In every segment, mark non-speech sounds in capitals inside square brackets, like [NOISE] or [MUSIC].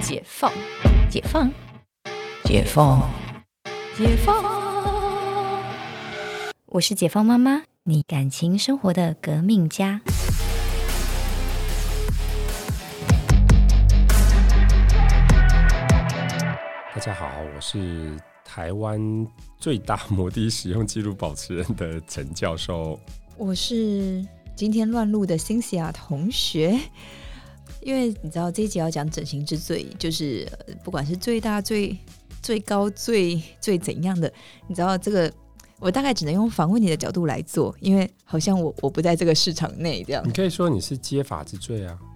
解放，解放，解放，解放。我是解放妈妈，你感情生活的革命家。大家好，我是台湾最大摩的使用记录保持人的陈教授。我是今天乱录的辛西亚同学，因为你知道这一集要讲整形之最，就是呃不管是最大、最最高、最最怎样的，你知道这个，我大概只能用访问你的角度来做，因为好像我我不在这个市场内这样你，可以说你是接发之最啊，嗯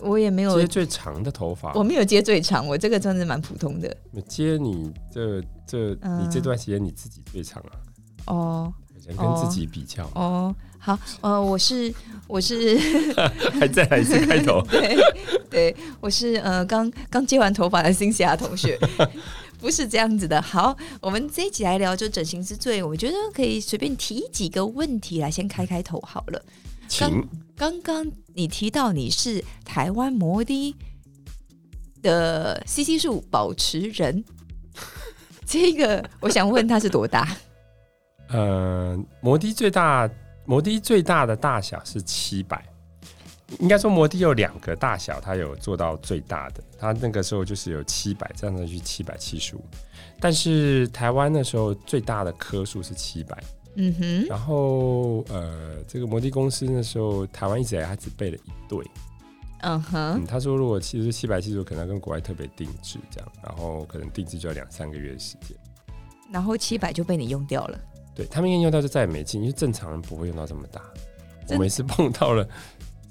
我也没有接，最长的头发，我没有接最长，我这个真的蛮普通的接你这这、嗯你这段时间你自己最长啊，哦想跟自己比较，哦。好，呃，我是我是。还再来一次开头对，对，我是呃刚刚接完头发的新西亚同学， [LAUGHS] 不是这样子的。好，我们这一集来聊就整形之最，我觉得可以随便提几个问题来先开开头好了。请刚刚你提到你是台湾摩的的 CC 数保持人， [LAUGHS] 这个我想问他是多大？ [LAUGHS] 呃，摩的最大摩的最大的大小是七百，应该说摩的有两个大小，它有做到最大的，它那个时候就是有七百，站上去七百七十五。但是台湾那时候最大的颗数是七百，嗯哼，然后呃，这个摩的公司那时候台湾一直以来它只备了一对，嗯哼，嗯，他说如果其实七百七十五可能要跟国外特别定制这样，然后可能定制就要两三个月的时间。然后七百就被你用掉了。对他们应该用到就再也没进，因为正常人不会用到这么大。我真每次碰到了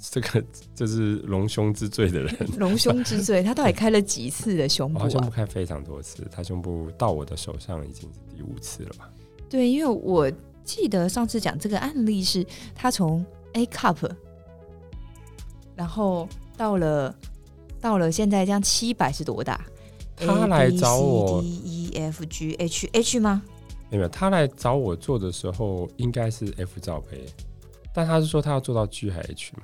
这个就是隆胸之最的人，隆胸之最，他到底开了几次的胸我部好像啊不？开非常多次，他胸部到我的手上已经是第五次了吧？对，因为我记得上次讲这个案例是他从 A cup，然后到了到了现在这样七百是多大？他来找我 D E F G H H 吗？没有没有，他来找我做的时候应该是 F 罩杯，但他是说他要做到 G 还 H 嘛？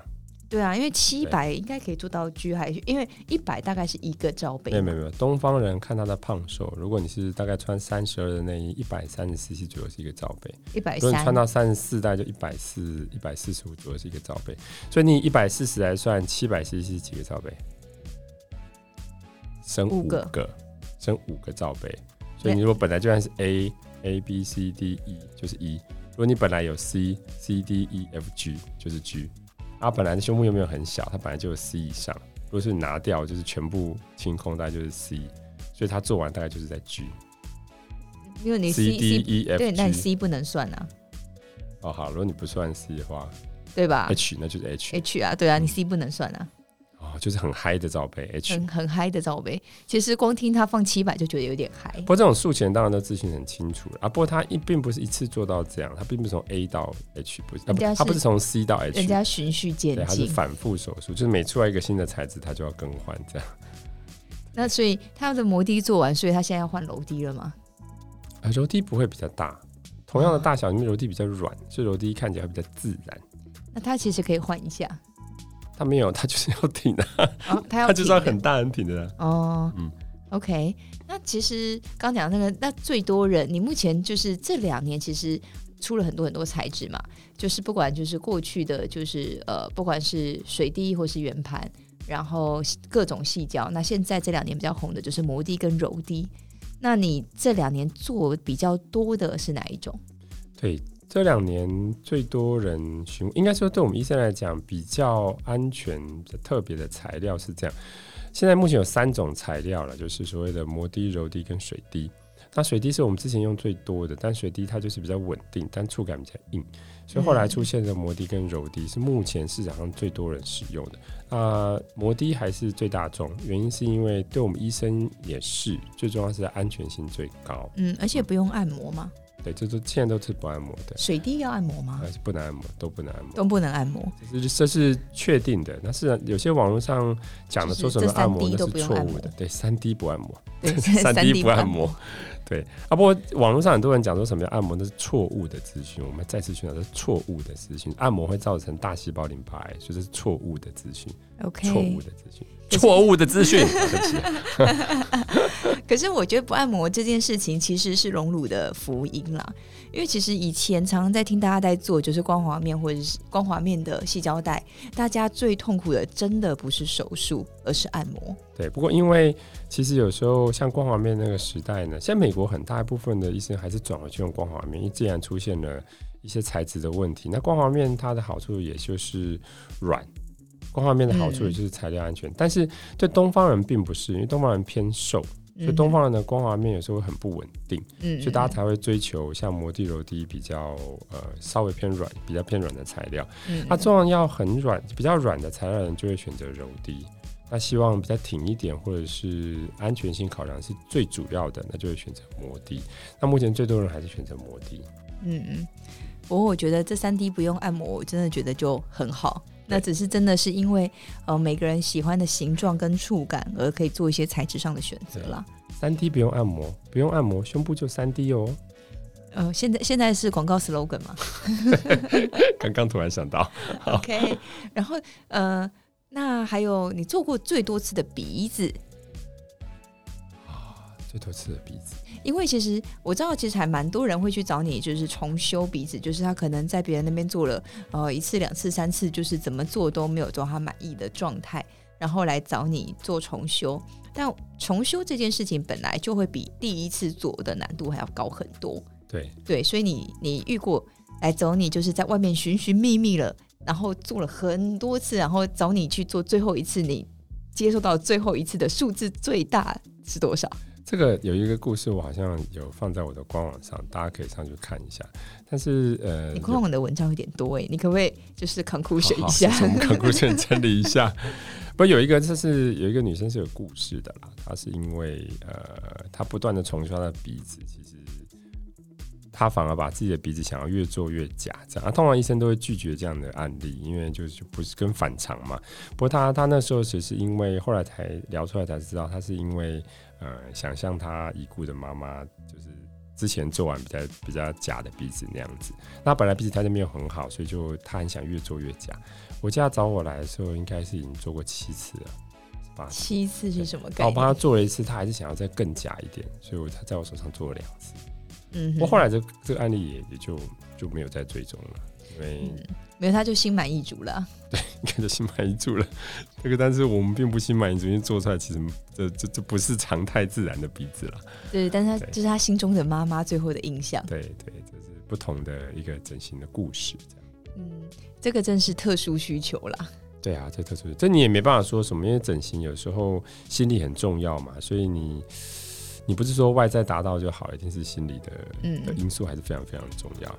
对啊，因为七百应该可以做到 G 还是因为一百大概是一个罩杯没有没嘛，有没有，东方人看他的胖瘦，如果你是大概穿三十二的内衣，一百三十四左右是一个罩杯。一百如果你哎三穿到三十四代，就一百四、一百四十五左右是一个罩杯，所以你一百四十来算，七百 CC 是几个罩杯？省五五个个，省五个罩杯。所以你如果本来就算是 A A B C D E 就是一、如果你本来有 C C D E F G 就是 G，啊，本来的胸部又没有很小，它本来就有 C 以上，如果是拿掉就是全部清空，大概就是 C，所以它做完大概就是在 G 因为你 C C D C E F 对，那你 G。 C 不能算啊，哦，好，如果你不算 C 的话，对吧 H 那就是 H，啊？H 啊，对啊，你 C 不能算啊。哦，就是很嗨的罩杯 H。很很嗨的罩杯。其实光听他放七百就觉得有点嗨不。过这种术前当然都资讯很清楚了啊，不过他一并不是一次做到这样，他并不是从 A 到 H，不是，啊人家不是他不是从 C 到人 H，家循序渐对，他是进，反复手术，就是每出来一个新的材质，他就要更换这样。那所以他的摩的做完，所以他现在要换楼梯了嘛？啊，柔地不会比较大，同哦样的大小，因为柔地比较软，所以柔地看起来会比较自然。那他其实可以换一下， [LAUGHS] 他没有，他就是要挺的，哦、他要他就是要挺的很大很挺的啊。哦，嗯 o k 那其实刚讲那个，那最多人，你目前就是这两年其实出了很多很多材质嘛，就是不管就是过去的就是呃，不管是水滴或是圆盘，然后各种细胶，那现在这两年比较红的就是摩的跟柔的。那你这两年做比较多的是哪一种？对，这两年最多人询问，应该说对我们医生来讲比较安全、比较特别的材料是这样。现在目前有三种材料了，就是所谓的磨滴、柔滴跟水滴。那水滴是我们之前用最多的，但水滴它就是比较稳定，但触感比较硬，所以后来出现的磨滴跟柔滴是目前市场上最多人使用的。啊、摩的还是最大众，原因是因为对我们医生也是最重要是安全性最高。嗯嗯，而且不用按摩嘛，对，这都现在都是不按摩的，水滴要按摩吗？还是不能按摩，都不能按摩。都不能按 [LAUGHS] 摩，这是这是确定的，但是啊有些网络上讲的说什么按摩就是这那 3D 是错误的，对，三 D 不按摩， [LAUGHS] 对，三 D 不不按摩，对啊。不过网络上很多人讲说什么叫按摩，那是错误的资讯。我们再次宣导，这是错误的资讯。按摩会造成大细胞淋巴癌，所以这是错误的资讯， ，OK，错误的资讯，可是错误的资讯。对不起可是我觉得不按摩这件事情其实是隆乳的福音啦，因为其实以前常常在听大家在做就是光滑面或者是光滑面的细胶带，大家最痛苦的真的不是手术，而是按摩。对，不过因为其实有时候像光滑面那个时代呢，现在美国很大一部分的医生还是转回去用光滑面，因为既然出现了一些材质的问题，那光滑面它的好处也就是软，光滑面的好处也就是材料安全，但是对东方人并不是，因为东方人偏瘦，所以东方人的光滑面有时候会很不稳定，嗯嗯，嗯所以大家才会追求像摩地楼地比较呃稍微偏软、比较偏软的材料。嗯它通常要很软、比较软的材料，人就会选择柔滴。那希望比较挺一点，或者是安全性考量是最主要的，那就会选择摩的。那目前最多人还是选择摩的，嗯嗯。不过我觉得这三 D 不用按摩，我真的觉得就很好。对那只是真的是因为呃每个人喜欢的形状跟触感而可以做一些材质上的选择啦。三 D 不用按摩，不用按摩，胸部就三 D 哦。呃，现在现在是广告 slogan 嘛，刚刚突然想到， OK，然后呃，那还有你做过最多次的鼻子，最多次的鼻子，因为其实我知道，其实还蛮多人会去找你，就是重修鼻子，就是他可能在别人那边做了呃一次、两次、三次，就是怎么做都没有做到他满意的状态，然后来找你做重修。但重修这件事情本来就会比第一次做的难度还要高很多，对，对，所以你你遇过来找你，就是在外面寻寻觅觅了，然后做了很多次，然后找你去做最后一次，你接受到最后一次的数字最大是多少？这个有一个故事，我好像有放在我的官网上，大家可以上去看一下。但是呃，你官网的文章有点多哎，你可不可以就是 [LAUGHS] 有 conclusion 好一下好？我们赶快先整理一下。 [LAUGHS] 不，有一个这是有一个女生是有故事的啦，她是因为呃，她不断的重修她的鼻子，其实她反而把自己的鼻子想要越做越假，这样、啊、通常医生都会拒绝这样的案例，因为就是不是跟反常嘛。不过她她那时候只是因为后来才聊出来才知道，她是因为呃想象她已故的妈妈就是之前做完比较比较假的鼻子那样子，那本来鼻子条件没有很好，所以就她很想越做越假。我记得他找我来的时候，应该是已经做过七次了，八次。七次是什么然概后我帮他念？做了一次，他还是想要再更假一点，所以我才在我手上做了两次。嗯哼，不过后来这这个案例也也就就没有再追踪了，因为嗯没有，他就心满意足了。应该就心满意足了。这个但是我们并不心满意足，因为做出来其实这这这不是常态自然的鼻子啦。对，但是他对这是他心中的妈妈最后的印象。对对，这是不同的一个整形的故事。这样嗯，这个真是特殊需求啦。对啊，这特殊，这你也没办法说什么，因为整形有时候心理很重要嘛，所以你你不是说外在达到就好，一定是心理的嗯的因素还是非常非常重要。